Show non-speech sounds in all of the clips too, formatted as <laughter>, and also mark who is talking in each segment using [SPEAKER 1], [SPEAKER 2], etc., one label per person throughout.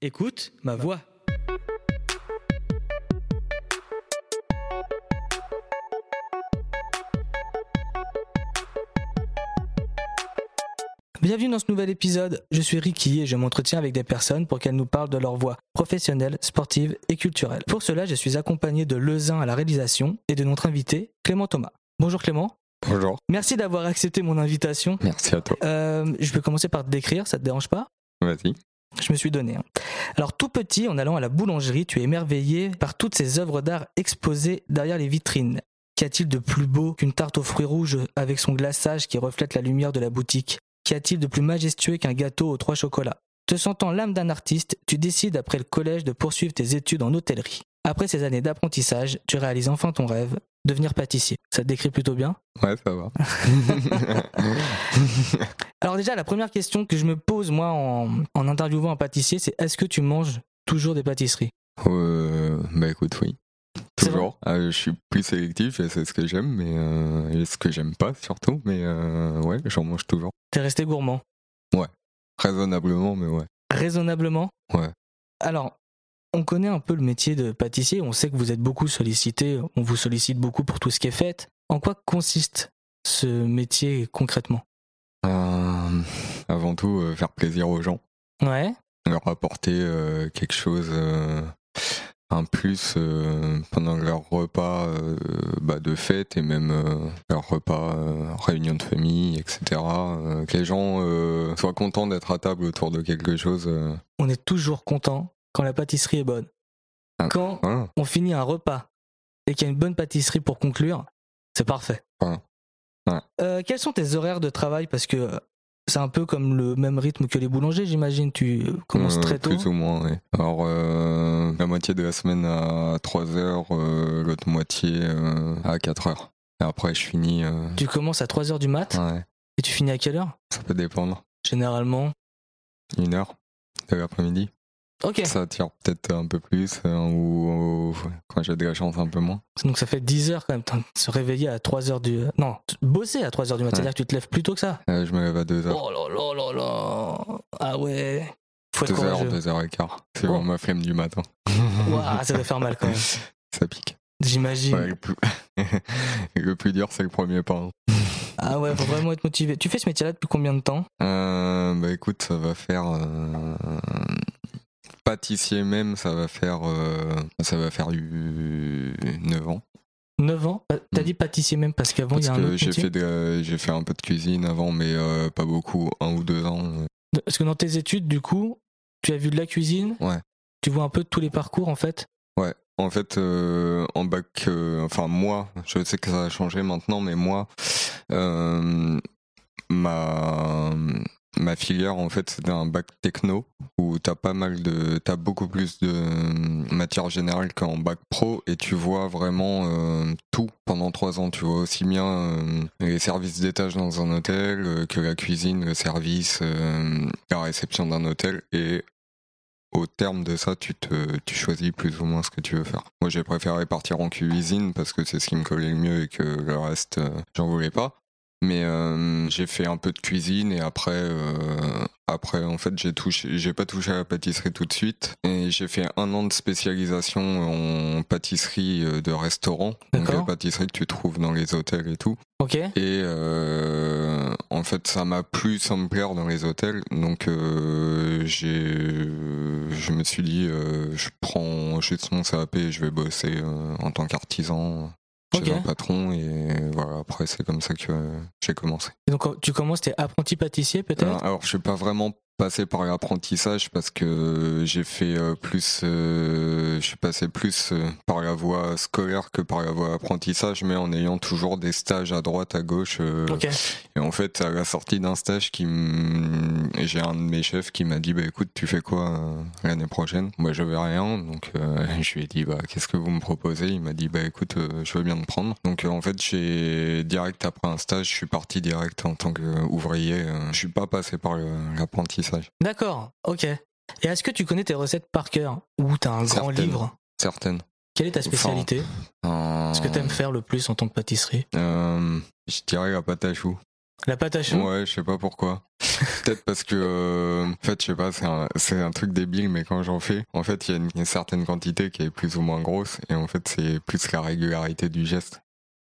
[SPEAKER 1] Écoute ma voix. Bienvenue dans ce nouvel épisode. Je suis Ricky et je m'entretiens avec des personnes pour qu'elles nous parlent de leur voie professionnelle, sportive et culturelle. Pour cela, je suis accompagné de Lezin à la réalisation et de notre invité, Clément Thomas. Bonjour Clément.
[SPEAKER 2] Bonjour.
[SPEAKER 1] Merci d'avoir accepté mon invitation.
[SPEAKER 2] Merci à toi.
[SPEAKER 1] Euh, je peux commencer par te décrire, ça te dérange pas
[SPEAKER 2] Vas-y.
[SPEAKER 1] je me suis donné. hein. Alors tout petit, en allant à la boulangerie, tu es émerveillé par toutes ces œuvres d'art exposées derrière les vitrines. Qu'y a-t-il de plus beau qu'une tarte aux fruits rouges avec son glaçage qui reflète la lumière de la boutique Qu'y a-t-il de plus majestueux qu'un gâteau aux trois chocolats Te sentant l'âme d'un artiste, tu décides après le collège de poursuivre tes études en hôtellerie. Après ces années d'apprentissage, tu réalises enfin ton rêve, devenir pâtissier. Ça te décrit plutôt bien
[SPEAKER 2] Ouais, ça va.
[SPEAKER 1] Alors déjà, la première question que je me pose, moi, en, en interviewant un pâtissier, c'est est-ce que tu manges toujours des pâtisseries
[SPEAKER 2] Euh, bah écoute, oui.
[SPEAKER 1] C'est vrai
[SPEAKER 2] Toujours. Euh, je suis plus sélectif et c'est ce que j'aime, mais euh, et ce que j'aime pas surtout, mais euh, ouais, j'en mange toujours.
[SPEAKER 1] T'es resté gourmand
[SPEAKER 2] Raisonnablement, mais ouais.
[SPEAKER 1] Raisonnablement
[SPEAKER 2] Ouais.
[SPEAKER 1] Alors, on connaît un peu le métier de pâtissier, on sait que vous êtes beaucoup sollicité, on vous sollicite beaucoup pour tout ce qui est fait. En quoi consiste ce métier concrètement
[SPEAKER 2] Euh, avant tout, euh, faire plaisir aux gens,
[SPEAKER 1] Ouais,
[SPEAKER 2] leur apporter euh, quelque chose, euh, un plus euh, pendant leur repas euh, bah, de fête et même euh, leur repas euh, réunion de famille, etc. euh, que les gens euh, soient contents d'être à table autour de quelque chose. euh,
[SPEAKER 1] on est toujours content quand la pâtisserie est bonne.
[SPEAKER 2] Ah.
[SPEAKER 1] Quand
[SPEAKER 2] voilà.
[SPEAKER 1] on finit un repas et qu'il y a une bonne pâtisserie pour conclure, c'est parfait.
[SPEAKER 2] Ouais. Ouais.
[SPEAKER 1] Euh, quels sont tes horaires de travail Parce que euh, c'est un peu comme le même rythme que les boulangers, j'imagine. Tu euh, commences
[SPEAKER 2] Euh,
[SPEAKER 1] très tôt.
[SPEAKER 2] Plus ou moins, oui. Alors, euh, la moitié de la semaine à 3 heures, euh, l'autre moitié euh, à 4 heures. Et après, je finis. euh,
[SPEAKER 1] Tu commences à 3h du mat
[SPEAKER 2] ouais,
[SPEAKER 1] et tu finis à quelle heure
[SPEAKER 2] ça peut dépendre.
[SPEAKER 1] Généralement.
[SPEAKER 2] Une heure de l'après-midi.
[SPEAKER 1] Ok,
[SPEAKER 2] <laughs> Ça tire peut-être un peu plus, euh, ou, ou- quand j'ai de la chance, un peu moins.
[SPEAKER 1] donc ça fait 10 heures quand même. Putain, Se réveiller à 3h du. euh, Non, t- bosser à 3h du mat,
[SPEAKER 2] Ouais.
[SPEAKER 1] c'est-à-dire que tu te lèves plus tôt que ça.
[SPEAKER 2] Euh, je me lève à 2 heures.
[SPEAKER 1] Oh là là là là Ah ouais Faut être
[SPEAKER 2] 2 heures,
[SPEAKER 1] courageux.
[SPEAKER 2] 2 heures et quart. C'est
[SPEAKER 1] Oh.
[SPEAKER 2] vraiment ma flemme du matin.
[SPEAKER 1] Ouah, ça doit faire mal quand même.
[SPEAKER 2] <laughs> ça pique.
[SPEAKER 1] J'imagine.
[SPEAKER 2] Ouais, le, plus... <laughs> le plus dur, c'est le premier pas. hein.
[SPEAKER 1] Ah ouais, faut vraiment être motivé. Tu fais ce métier-là depuis combien de temps
[SPEAKER 2] Euh, bah écoute, ça va faire euh, pâtissier même, ça va faire euh, ça va faire eu 9 ans
[SPEAKER 1] 9 ans Euh, T'as
[SPEAKER 2] Mm.
[SPEAKER 1] dit pâtissier même parce qu'avant il
[SPEAKER 2] parce
[SPEAKER 1] y a un
[SPEAKER 2] que
[SPEAKER 1] autre
[SPEAKER 2] j'ai
[SPEAKER 1] métier.
[SPEAKER 2] fait de- j'ai fait un peu de cuisine avant, mais euh, pas beaucoup, un ou deux ans. euh,
[SPEAKER 1] De- Parce que dans tes études, du coup, tu as vu de la cuisine.
[SPEAKER 2] Ouais.
[SPEAKER 1] Tu vois un peu tous les parcours en fait.
[SPEAKER 2] Ouais, en fait, euh, en bac, euh, enfin moi, je sais que ça a changé maintenant, mais moi, euh, ma ma filière en fait c'était un bac techno où t'as pas mal de t'as beaucoup plus de euh, matière générale qu'en bac pro et tu vois vraiment euh, tout pendant trois ans tu vois aussi bien euh, les services d'étage dans un hôtel euh, que la cuisine le service euh, la réception d'un hôtel et au terme de ça, tu, te, tu choisis plus ou moins ce que tu veux faire. Moi, j'ai préféré partir en cuisine parce que c'est ce qui me collait le mieux et que le reste, euh, j'en voulais pas. Mais euh, j'ai fait un peu de cuisine et après, euh, après en fait, j'ai touché, j'ai pas touché à la pâtisserie tout de suite. Et j'ai fait un an de spécialisation en pâtisserie euh, de restaurant, donc
[SPEAKER 1] D'accord.
[SPEAKER 2] les pâtisseries que tu trouves dans les hôtels et tout.
[SPEAKER 1] Ok.
[SPEAKER 2] Et euh, en fait, ça m'a plu sans me plaire dans les hôtels. Donc, euh, j'ai, je me suis dit, euh, je prends juste mon CAP et je vais bosser euh, en tant qu'artisan chez
[SPEAKER 1] Ok.
[SPEAKER 2] un patron. Et voilà, après, c'est comme ça que euh, j'ai commencé.
[SPEAKER 1] Et donc tu commences, t'es apprenti pâtissier peut-être.
[SPEAKER 2] Alors, je suis pas vraiment passé par l'apprentissage parce que j'ai fait euh, plus, euh, je suis passé plus euh, par la voie scolaire que par la voie apprentissage, mais en ayant toujours des stages à droite, à gauche. euh,
[SPEAKER 1] Ok.
[SPEAKER 2] et en fait, à la sortie d'un stage, qui m- j'ai un de mes chefs qui m'a dit Bah écoute, tu fais quoi euh, l'année prochaine Moi, je vais rien. Donc, euh, <laughs> je lui ai dit Bah, qu'est-ce que vous me proposez Il m'a dit Bah écoute, euh, je veux bien te prendre. Donc, euh, en fait, j'ai direct après un stage, je suis parti direct en tant qu'ouvrier. euh, je suis pas passé par le- l'apprentissage.
[SPEAKER 1] D'accord. Ok. Et est-ce que tu connais tes recettes par cœur ou t'as un grand
[SPEAKER 2] Certaines.
[SPEAKER 1] livre
[SPEAKER 2] Certaines.
[SPEAKER 1] Quelle est ta spécialité
[SPEAKER 2] Euh,
[SPEAKER 1] Ce que t'aimes faire le plus en tant que pâtisserie
[SPEAKER 2] euh, Je dirais la pâte à choux.
[SPEAKER 1] La pâte à choux
[SPEAKER 2] Ouais, je sais pas pourquoi. Peut-être parce que, euh, en fait, je sais pas, c'est un, c'est un truc débile, mais quand j'en fais, en fait, il y a une, une certaine quantité qui est plus ou moins grosse, et en fait, c'est plus la régularité du geste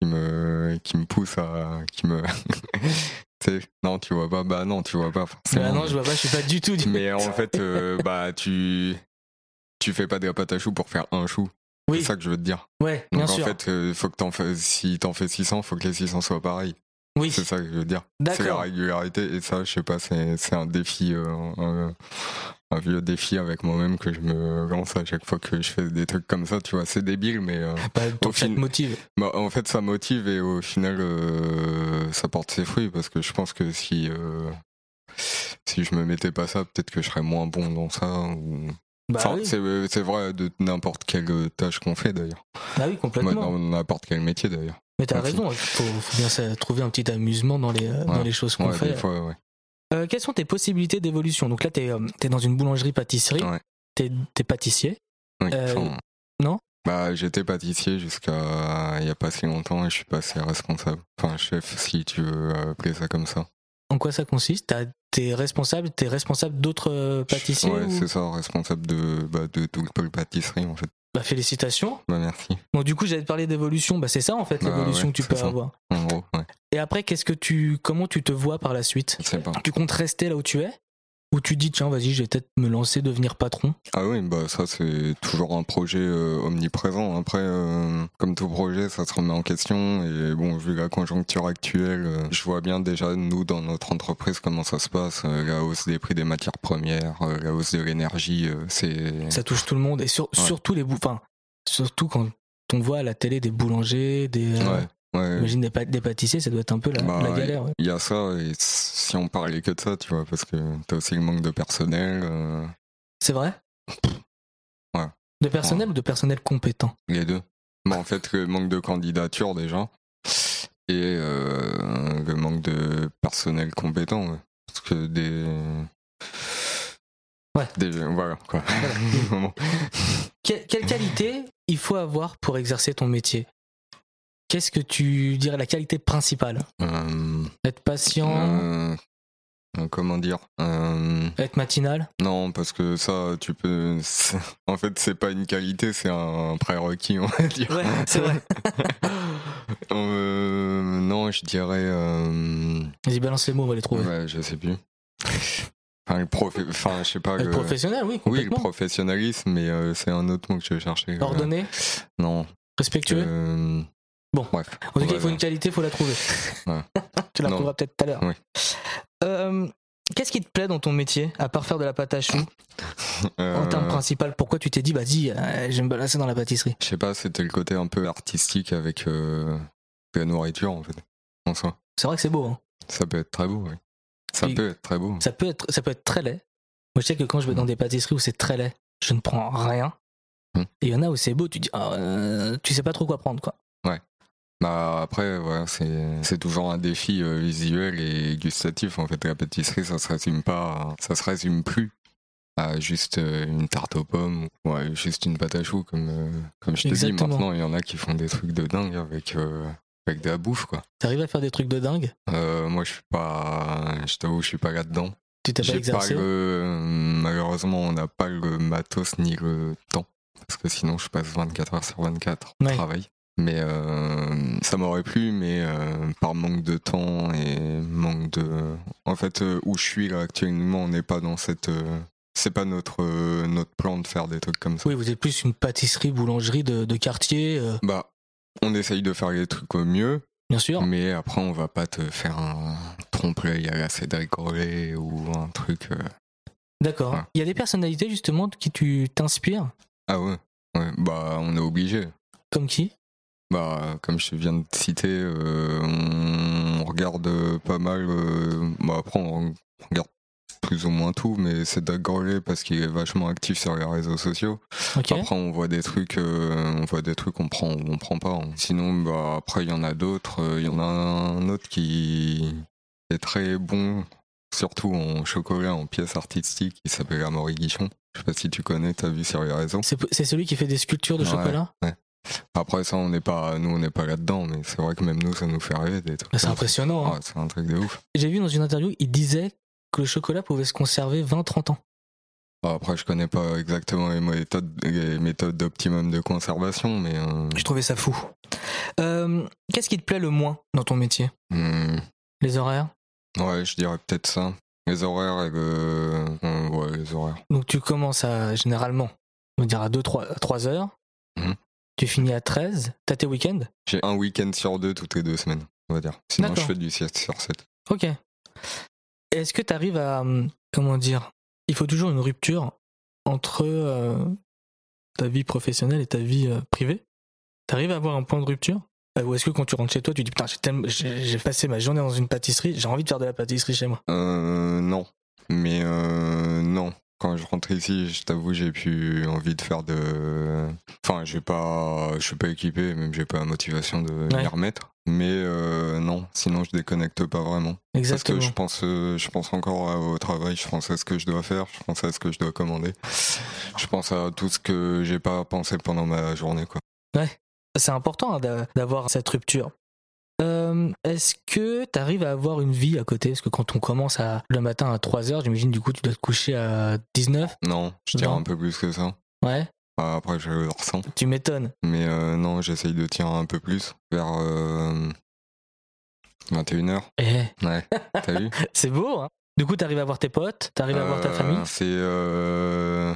[SPEAKER 2] qui me, qui me pousse à, qui me, <laughs> tu sais, non, tu vois pas, bah non, tu vois pas forcément.
[SPEAKER 1] Bah non, je vois pas, je suis pas du tout du
[SPEAKER 2] Mais en fait, euh, bah, tu, tu fais pas de la pâte à choux pour faire un chou.
[SPEAKER 1] Oui.
[SPEAKER 2] C'est ça que je veux te dire.
[SPEAKER 1] Ouais,
[SPEAKER 2] Donc
[SPEAKER 1] bien
[SPEAKER 2] en
[SPEAKER 1] sûr.
[SPEAKER 2] fait, euh, faut que t'en fais, si t'en fais 600, faut que les 600 soient pareils.
[SPEAKER 1] oui.
[SPEAKER 2] C'est ça que je veux dire. C'est la
[SPEAKER 1] D'accord.
[SPEAKER 2] régularité et ça, je sais pas, c'est c'est un défi, euh, un, un vieux défi avec moi-même que je me lance à chaque fois que je fais des trucs comme ça. Tu vois, c'est débile, mais euh,
[SPEAKER 1] Bah, pour que ça te
[SPEAKER 2] film.
[SPEAKER 1] motive.
[SPEAKER 2] bah, en fait, ça motive et au final, euh, ça porte ses fruits parce que je pense que si euh, si je me mettais pas ça, peut-être que je serais moins bon dans ça. Ou...
[SPEAKER 1] Bah,
[SPEAKER 2] Enfin,
[SPEAKER 1] oui.
[SPEAKER 2] c'est c'est vrai de n'importe quelle euh, tâche qu'on fait d'ailleurs,
[SPEAKER 1] bah oui,
[SPEAKER 2] Ouais,
[SPEAKER 1] complètement.
[SPEAKER 2] dans n'importe quel métier d'ailleurs.
[SPEAKER 1] Mais t'as
[SPEAKER 2] Ok.
[SPEAKER 1] raison, faut, faut bien se- trouver un petit amusement dans les, euh, dans
[SPEAKER 2] Ouais.
[SPEAKER 1] les choses qu'on
[SPEAKER 2] Ouais,
[SPEAKER 1] fait.
[SPEAKER 2] des fois, ouais.
[SPEAKER 1] Euh, quelles sont tes possibilités d'évolution Donc là, t'es euh, t'es dans une boulangerie-pâtisserie,
[SPEAKER 2] Ouais.
[SPEAKER 1] t'es t'es pâtissier.
[SPEAKER 2] Oui,
[SPEAKER 1] Euh,
[SPEAKER 2] enfin,
[SPEAKER 1] non
[SPEAKER 2] Bah, j'étais pâtissier jusqu'à il y a pas si longtemps et je suis passé responsable. Enfin, chef, si tu veux appeler ça comme ça.
[SPEAKER 1] En quoi ça consiste T'as- T'es responsable, t'es responsable d'autres euh, pâtissiers
[SPEAKER 2] Ouais,
[SPEAKER 1] ou-
[SPEAKER 2] c'est ça, responsable de, bah, de tout le pôle pâtisserie en fait.
[SPEAKER 1] Bah félicitations.
[SPEAKER 2] Bah, merci.
[SPEAKER 1] Donc du coup, j'allais te parler d'évolution. Bah c'est ça en fait
[SPEAKER 2] Bah
[SPEAKER 1] l'évolution
[SPEAKER 2] ouais,
[SPEAKER 1] que tu
[SPEAKER 2] c'est
[SPEAKER 1] peux
[SPEAKER 2] ça.
[SPEAKER 1] avoir.
[SPEAKER 2] En gros, ouais.
[SPEAKER 1] Et après, qu'est-ce que tu, comment tu te vois par la suite
[SPEAKER 2] Je sais pas.
[SPEAKER 1] Tu comptes rester là où tu es Ou tu dis tiens, vas-y, je vais peut-être me lancer, devenir patron
[SPEAKER 2] Ah oui, bah ça c'est toujours un projet euh, omniprésent. Après, euh, comme tout projet, ça se remet en question. Et bon, vu la conjoncture actuelle, euh, je vois bien déjà nous dans notre entreprise comment ça se passe. Euh, la hausse des prix des matières premières, euh, la hausse de l'énergie, euh, c'est
[SPEAKER 1] Ça touche tout le monde et sur-
[SPEAKER 2] Ouais.
[SPEAKER 1] surtout les bou- enfin, surtout quand on voit à la télé des boulangers, des, euh,
[SPEAKER 2] ouais, ouais.
[SPEAKER 1] J'imagine des, pâ- des pâtissiers, ça doit être un peu la,
[SPEAKER 2] Bah,
[SPEAKER 1] la galère. ouais.
[SPEAKER 2] Il y a ça, et si on parlait que de ça, tu vois, parce que t'as aussi le manque de personnel, euh,
[SPEAKER 1] C'est vrai
[SPEAKER 2] Ouais.
[SPEAKER 1] De personnel ou de personnel compétent
[SPEAKER 2] les deux. Bah, en fait, le manque de candidature déjà, et euh, le manque de personnel compétent, ouais. parce que des.
[SPEAKER 1] Ouais.
[SPEAKER 2] Des, voilà, quoi. <laughs>
[SPEAKER 1] Voilà.
[SPEAKER 2] Vraiment.
[SPEAKER 1] Que- Quelle qualité il faut avoir pour exercer ton métier Qu'est-ce que tu dirais la qualité principale
[SPEAKER 2] Euh,
[SPEAKER 1] Être patient,
[SPEAKER 2] euh, euh, comment dire euh,
[SPEAKER 1] être matinal
[SPEAKER 2] Non, parce que ça, tu peux. c'est- En fait, c'est pas une qualité, c'est un prérequis, on va dire.
[SPEAKER 1] Ouais, c'est vrai.
[SPEAKER 2] Euh, non, je dirais. euh,
[SPEAKER 1] <laughs> Vas-y, balance les mots, on va les trouver.
[SPEAKER 2] ouais, je sais plus. <laughs> Enfin, le profi- enfin, je sais pas.
[SPEAKER 1] Être
[SPEAKER 2] le-
[SPEAKER 1] professionnel, oui,
[SPEAKER 2] Oui, le
[SPEAKER 1] complètement.
[SPEAKER 2] professionnalisme, mais euh, c'est un autre mot que je cherchais. euh,
[SPEAKER 1] Ordonné,
[SPEAKER 2] Non.
[SPEAKER 1] respectueux.
[SPEAKER 2] euh,
[SPEAKER 1] Bon.
[SPEAKER 2] Bref.
[SPEAKER 1] en tout
[SPEAKER 2] on
[SPEAKER 1] cas,
[SPEAKER 2] va
[SPEAKER 1] il faut
[SPEAKER 2] voir.
[SPEAKER 1] une qualité, il faut la trouver.
[SPEAKER 2] Ouais.
[SPEAKER 1] <laughs> tu la
[SPEAKER 2] Non.
[SPEAKER 1] trouveras peut-être tout à l'heure.
[SPEAKER 2] Oui.
[SPEAKER 1] Euh, Qu'est-ce qui te plaît dans ton métier, à part faire de la pâte à choux En
[SPEAKER 2] Euh,
[SPEAKER 1] termes principaux, pourquoi tu t'es dit, vas-y, euh, je vais me balancer dans la pâtisserie
[SPEAKER 2] Je sais pas, c'était le côté un peu artistique avec euh, la nourriture, en fait. En soi.
[SPEAKER 1] C'est vrai que c'est beau. hein.
[SPEAKER 2] Ça peut être très beau, oui. Ça
[SPEAKER 1] Et-
[SPEAKER 2] peut être très beau.
[SPEAKER 1] Ça, peut être, ça peut être très laid. Moi, je sais que quand je vais dans des pâtisseries où c'est très laid, je ne prends rien.
[SPEAKER 2] Hmm.
[SPEAKER 1] Et il y en a où c'est beau, tu dis, ah, euh, tu sais pas trop quoi prendre, quoi.
[SPEAKER 2] Bah après, voilà, c'est c'est toujours un défi euh, visuel et gustatif. En fait, la pâtisserie, ça se résume pas, à- ça se résume plus à juste euh, une tarte aux pommes, ou ouais, juste une pâte à choux, comme euh, comme je te dis.
[SPEAKER 1] Exactement.
[SPEAKER 2] Maintenant, il y en a qui font des trucs de dingue avec euh, avec de la bouffe, quoi.
[SPEAKER 1] T'arrives à faire des trucs de dingue,
[SPEAKER 2] Euh, moi, je suis pas, je t'avoue, je suis pas là-dedans.
[SPEAKER 1] tu t'es pas
[SPEAKER 2] J'ai pas
[SPEAKER 1] exercé.
[SPEAKER 2] le, euh, malheureusement, on n'a pas le matos ni le temps. Parce que sinon, je passe 24 heures sur 24 au
[SPEAKER 1] Ouais.
[SPEAKER 2] travail. Mais euh, ça m'aurait plu, mais euh, par manque de temps et manque de. En fait, euh, où je suis là actuellement, on n'est pas dans cette. euh, C'est pas notre, euh, notre plan de faire des trucs comme ça.
[SPEAKER 1] Oui, vous êtes plus une pâtisserie, boulangerie de, de quartier, euh,
[SPEAKER 2] Bah, on essaye de faire les trucs au mieux,
[SPEAKER 1] bien sûr.
[SPEAKER 2] mais après, on va pas te faire un trompe-l'œil à la Cédric Rollet ou un truc. euh,
[SPEAKER 1] D'accord.
[SPEAKER 2] Ouais.
[SPEAKER 1] Il y a des personnalités, justement, de qui tu t'inspires,
[SPEAKER 2] Ah ouais, ouais, bah, on est obligé.
[SPEAKER 1] comme qui
[SPEAKER 2] Bah, euh, comme je viens de citer, euh, on on regarde euh, pas mal. euh, bah, après, on re- on regarde plus ou moins tout, mais c'est Doug Gourlay parce qu'il est vachement actif sur les réseaux sociaux.
[SPEAKER 1] Ok.
[SPEAKER 2] Après, on voit des trucs, euh, on voit des trucs, on prend ou on prend pas. hein. Sinon, bah, après, il y en a d'autres. euh, Il y en a un autre qui est très bon, surtout en chocolat, en pièces artistiques. Il s'appelle Amaury Guichon. Je sais pas si tu connais, t'as vu sur les réseaux.
[SPEAKER 1] C'est c'est celui qui fait des sculptures de
[SPEAKER 2] Ouais.
[SPEAKER 1] chocolat
[SPEAKER 2] Ouais. Après ça, on n'est pas, nous, on n'est pas là-dedans, mais c'est vrai que même nous, ça nous fait rêver des
[SPEAKER 1] C'est
[SPEAKER 2] trucs. comme ça.
[SPEAKER 1] impressionnant. hein.
[SPEAKER 2] Ouais, c'est un truc de ouf.
[SPEAKER 1] J'ai vu dans une interview, il disait que le chocolat pouvait se conserver 20-30 ans.
[SPEAKER 2] Bon, Bah, après, je connais pas exactement les méthodes, les méthodes d'optimum de conservation, mais euh,
[SPEAKER 1] J'ai trouvé ça fou. Euh, Qu'est-ce qui te plaît le moins dans ton métier
[SPEAKER 2] hmm,
[SPEAKER 1] Les horaires
[SPEAKER 2] ouais, je dirais peut-être ça. Les horaires et le, euh, ouais, les horaires.
[SPEAKER 1] Donc tu commences à, généralement, on va dire à 2-3 heures.
[SPEAKER 2] Mhm.
[SPEAKER 1] Tu finis à 13. T'as tes week-ends
[SPEAKER 2] J'ai un week-end sur deux toutes les deux semaines, on va dire. Sinon, je
[SPEAKER 1] D'accord.
[SPEAKER 2] fais du sieste sur sept.
[SPEAKER 1] Ok. Est-ce que tu arrives à. hum, Comment dire Il faut toujours une rupture entre euh, ta vie professionnelle et ta vie euh, privée. Tu arrives à avoir un point de rupture Euh, Ou est-ce que quand tu rentres chez toi, tu dis Putain, j'ai tellement- j'ai j'ai passé ma journée dans une pâtisserie, j'ai envie de faire de la pâtisserie chez moi
[SPEAKER 2] Euh, non. Mais euh, non. Quand je rentre ici, je t'avoue, j'ai plus envie de faire de. Enfin, j'ai pas, je suis pas équipé, même j'ai pas la motivation de
[SPEAKER 1] Ouais.
[SPEAKER 2] m'y remettre. Mais euh, non, sinon je déconnecte pas vraiment.
[SPEAKER 1] Exactement.
[SPEAKER 2] Parce que je pense, euh, je pense encore à- au travail, je pense à ce que je dois faire, je pense à ce que je dois commander, je pense à tout ce que j'ai pas pensé pendant ma journée, quoi.
[SPEAKER 1] C'est important hein, d'a- d'avoir cette rupture. Euh, est-ce que tu arrives à avoir une vie à côté Parce que quand on commence à, le matin à 3h, j'imagine du coup tu dois te coucher à 19.
[SPEAKER 2] Non, je tire
[SPEAKER 1] Non.
[SPEAKER 2] un peu plus que ça.
[SPEAKER 1] Ouais,
[SPEAKER 2] Ah, Après, je le ressens.
[SPEAKER 1] tu m'étonnes.
[SPEAKER 2] Mais euh, non, j'essaye de tirer un peu plus vers euh, 21h.
[SPEAKER 1] Eh, <laughs>
[SPEAKER 2] Ouais, t'as vu
[SPEAKER 1] C'est beau, hein Du coup, t'arrives à voir tes potes, t'arrives à voir ta
[SPEAKER 2] Euh,
[SPEAKER 1] famille.
[SPEAKER 2] C'est. euh,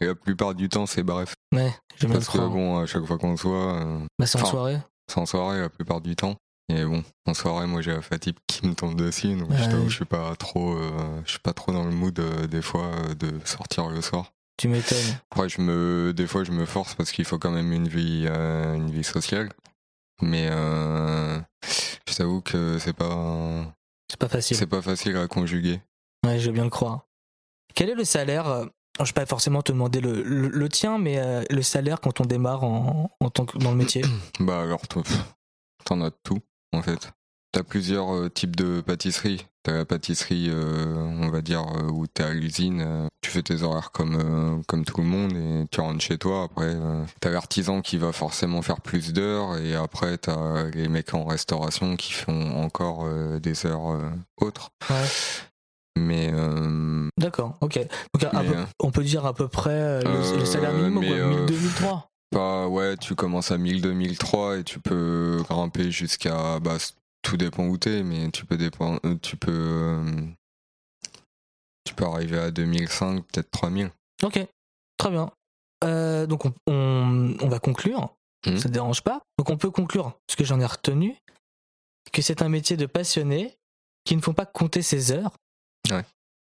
[SPEAKER 2] la plupart du temps, c'est bref.
[SPEAKER 1] Ouais, j'aime bien le
[SPEAKER 2] Parce que
[SPEAKER 1] croire.
[SPEAKER 2] bon, à chaque fois qu'on se voit, euh,
[SPEAKER 1] Bah, c'est en
[SPEAKER 2] enfin,
[SPEAKER 1] soirée.
[SPEAKER 2] c'est en soirée la plupart du temps. Et bon, en soirée, moi j'ai la fatigue qui me tombe dessus, donc je
[SPEAKER 1] Ouais.
[SPEAKER 2] t'avoue, je suis pas trop, euh, je suis pas trop dans le mood euh, des fois euh, de sortir le soir.
[SPEAKER 1] Tu m'étonnes.
[SPEAKER 2] Après, je me, des fois, je me force parce qu'il faut quand même une vie, euh, une vie sociale. Mais euh, je t'avoue que c'est pas,
[SPEAKER 1] C'est pas facile.
[SPEAKER 2] c'est pas facile à conjuguer.
[SPEAKER 1] Ouais, je veux bien le croire. Quel est le salaire euh, Je vais pas forcément te demander le, le- le tien, mais euh, le salaire quand on démarre en, en tant que dans le métier.
[SPEAKER 2] Bah alors, t'en- pff, t'en as de tout, en fait. T'as plusieurs euh, types de pâtisserie. T'as la pâtisserie, euh, on va dire, euh, où t'es à l'usine, euh, tu fais tes horaires comme, euh, comme tout le monde et tu rentres chez toi. Après, euh, t'as l'artisan qui va forcément faire plus d'heures et après, t'as les mecs en restauration qui font encore euh, des heures euh, autres.
[SPEAKER 1] Ouais.
[SPEAKER 2] Mais, euh,
[SPEAKER 1] D'accord, ok. Donc, à- à
[SPEAKER 2] mais,
[SPEAKER 1] peu-
[SPEAKER 2] euh,
[SPEAKER 1] on peut dire à peu près euh, le,
[SPEAKER 2] Euh,
[SPEAKER 1] le salaire minimum,
[SPEAKER 2] mais,
[SPEAKER 1] quoi,
[SPEAKER 2] euh,
[SPEAKER 1] 1000, 2003.
[SPEAKER 2] Bah ouais, tu commences à 1000, 2003 et tu peux grimper jusqu'à. Bah, c- tout dépend où t'es, mais tu peux, dépend, euh, tu peux. euh, Tu peux arriver à 2005, peut-être 3000.
[SPEAKER 1] Ok, très bien. Euh, donc, on, on- on va conclure.
[SPEAKER 2] Mhm.
[SPEAKER 1] Ça te dérange pas. Donc, on peut conclure, parce que j'en ai retenu, que c'est un métier de passionné qui ne font pas compter ses heures.
[SPEAKER 2] Ouais.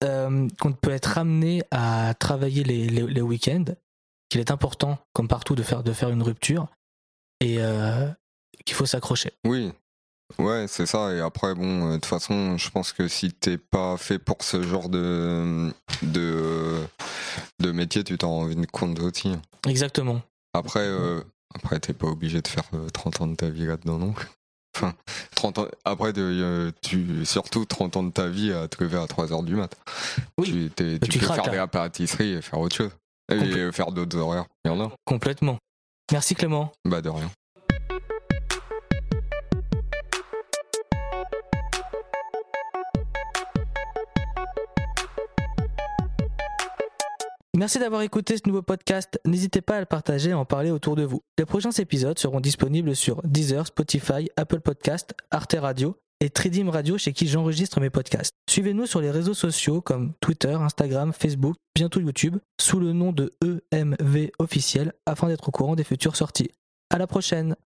[SPEAKER 1] Euh, qu'on peut être amené à travailler les, les- les week-ends, qu'il est important, comme partout, de faire, de faire une rupture et euh, qu'il faut s'accrocher.
[SPEAKER 2] Oui. Ouais, c'est ça. Et après, bon, euh, de toute façon, je pense que si t'es pas fait pour ce genre de. de. de métier, tu t'en rends vite compte aussi.
[SPEAKER 1] Exactement.
[SPEAKER 2] Après, euh, après t'es pas obligé de faire euh, 30 ans de ta vie là-dedans non plus. Enfin, 30 ans, après, de- euh, tu, surtout 30 ans de ta vie à te lever à 3h du mat.
[SPEAKER 1] Oui.
[SPEAKER 2] Tu, t'es-
[SPEAKER 1] Bah,
[SPEAKER 2] tu
[SPEAKER 1] tu
[SPEAKER 2] peux
[SPEAKER 1] craques,
[SPEAKER 2] faire
[SPEAKER 1] là.
[SPEAKER 2] de la pâtisserie et faire autre chose. Et
[SPEAKER 1] Compl-
[SPEAKER 2] faire d'autres horaires. Il y en a.
[SPEAKER 1] Complètement. Merci Clément.
[SPEAKER 2] Bah, de rien.
[SPEAKER 1] Merci d'avoir écouté ce nouveau podcast. N'hésitez pas à le partager et à en parler autour de vous. Les prochains épisodes seront disponibles sur Deezer, Spotify, Apple Podcast, Arte Radio et Tridim Radio chez qui j'enregistre mes podcasts. Suivez-nous sur les réseaux sociaux comme Twitter, Instagram, Facebook, bientôt YouTube, E sous le nom de EMV officiel afin d'être au courant des futures sorties. À la prochaine!